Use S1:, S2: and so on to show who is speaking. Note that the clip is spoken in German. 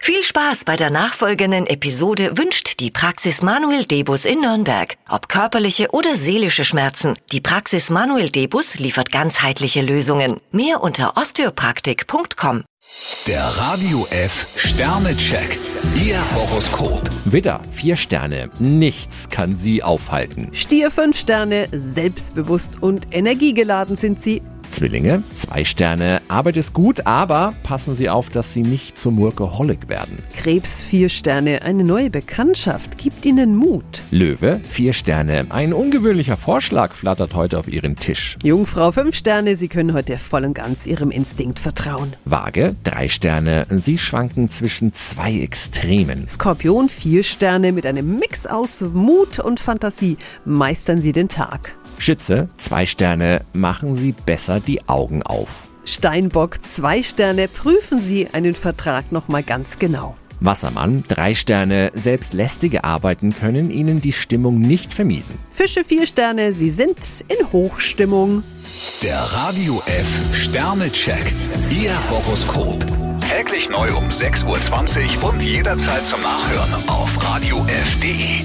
S1: Viel Spaß bei der nachfolgenden Episode wünscht die Praxis Manuel Debus in Nürnberg. Ob körperliche oder seelische Schmerzen, die Praxis Manuel Debus liefert ganzheitliche Lösungen. Mehr unter osteopraktik.com.
S2: Der Radio F Sternecheck. Ihr Horoskop.
S3: Widder, vier Sterne. Nichts kann sie aufhalten.
S4: Stier 5 Sterne, selbstbewusst und energiegeladen sind sie.
S3: Zwillinge, zwei Sterne. Arbeit ist gut, aber passen Sie auf, dass Sie nicht zum Workaholic werden.
S4: Krebs 4 Sterne, eine neue Bekanntschaft gibt ihnen Mut.
S3: Löwe, vier Sterne. Ein ungewöhnlicher Vorschlag flattert heute auf Ihren Tisch.
S4: Jungfrau 5 Sterne, sie können heute voll und ganz ihrem Instinkt vertrauen.
S3: Waage, drei Sterne. Sie schwanken zwischen zwei Extremen.
S4: Skorpion 4 Sterne, mit einem Mix aus Mut und Fantasie meistern sie den Tag.
S3: Schütze, zwei Sterne. Machen Sie besser die Augen auf.
S4: Steinbock 2 Sterne, prüfen sie einen Vertrag nochmal ganz genau.
S3: Wassermann, drei Sterne. Selbst lästige Arbeiten können Ihnen die Stimmung nicht vermiesen.
S4: Fische 4 Sterne, sie sind in Hochstimmung.
S2: Der Radio F Sternecheck. Ihr Horoskop. Täglich neu um 6.20 Uhr und jederzeit zum Nachhören auf Radio radiof.de.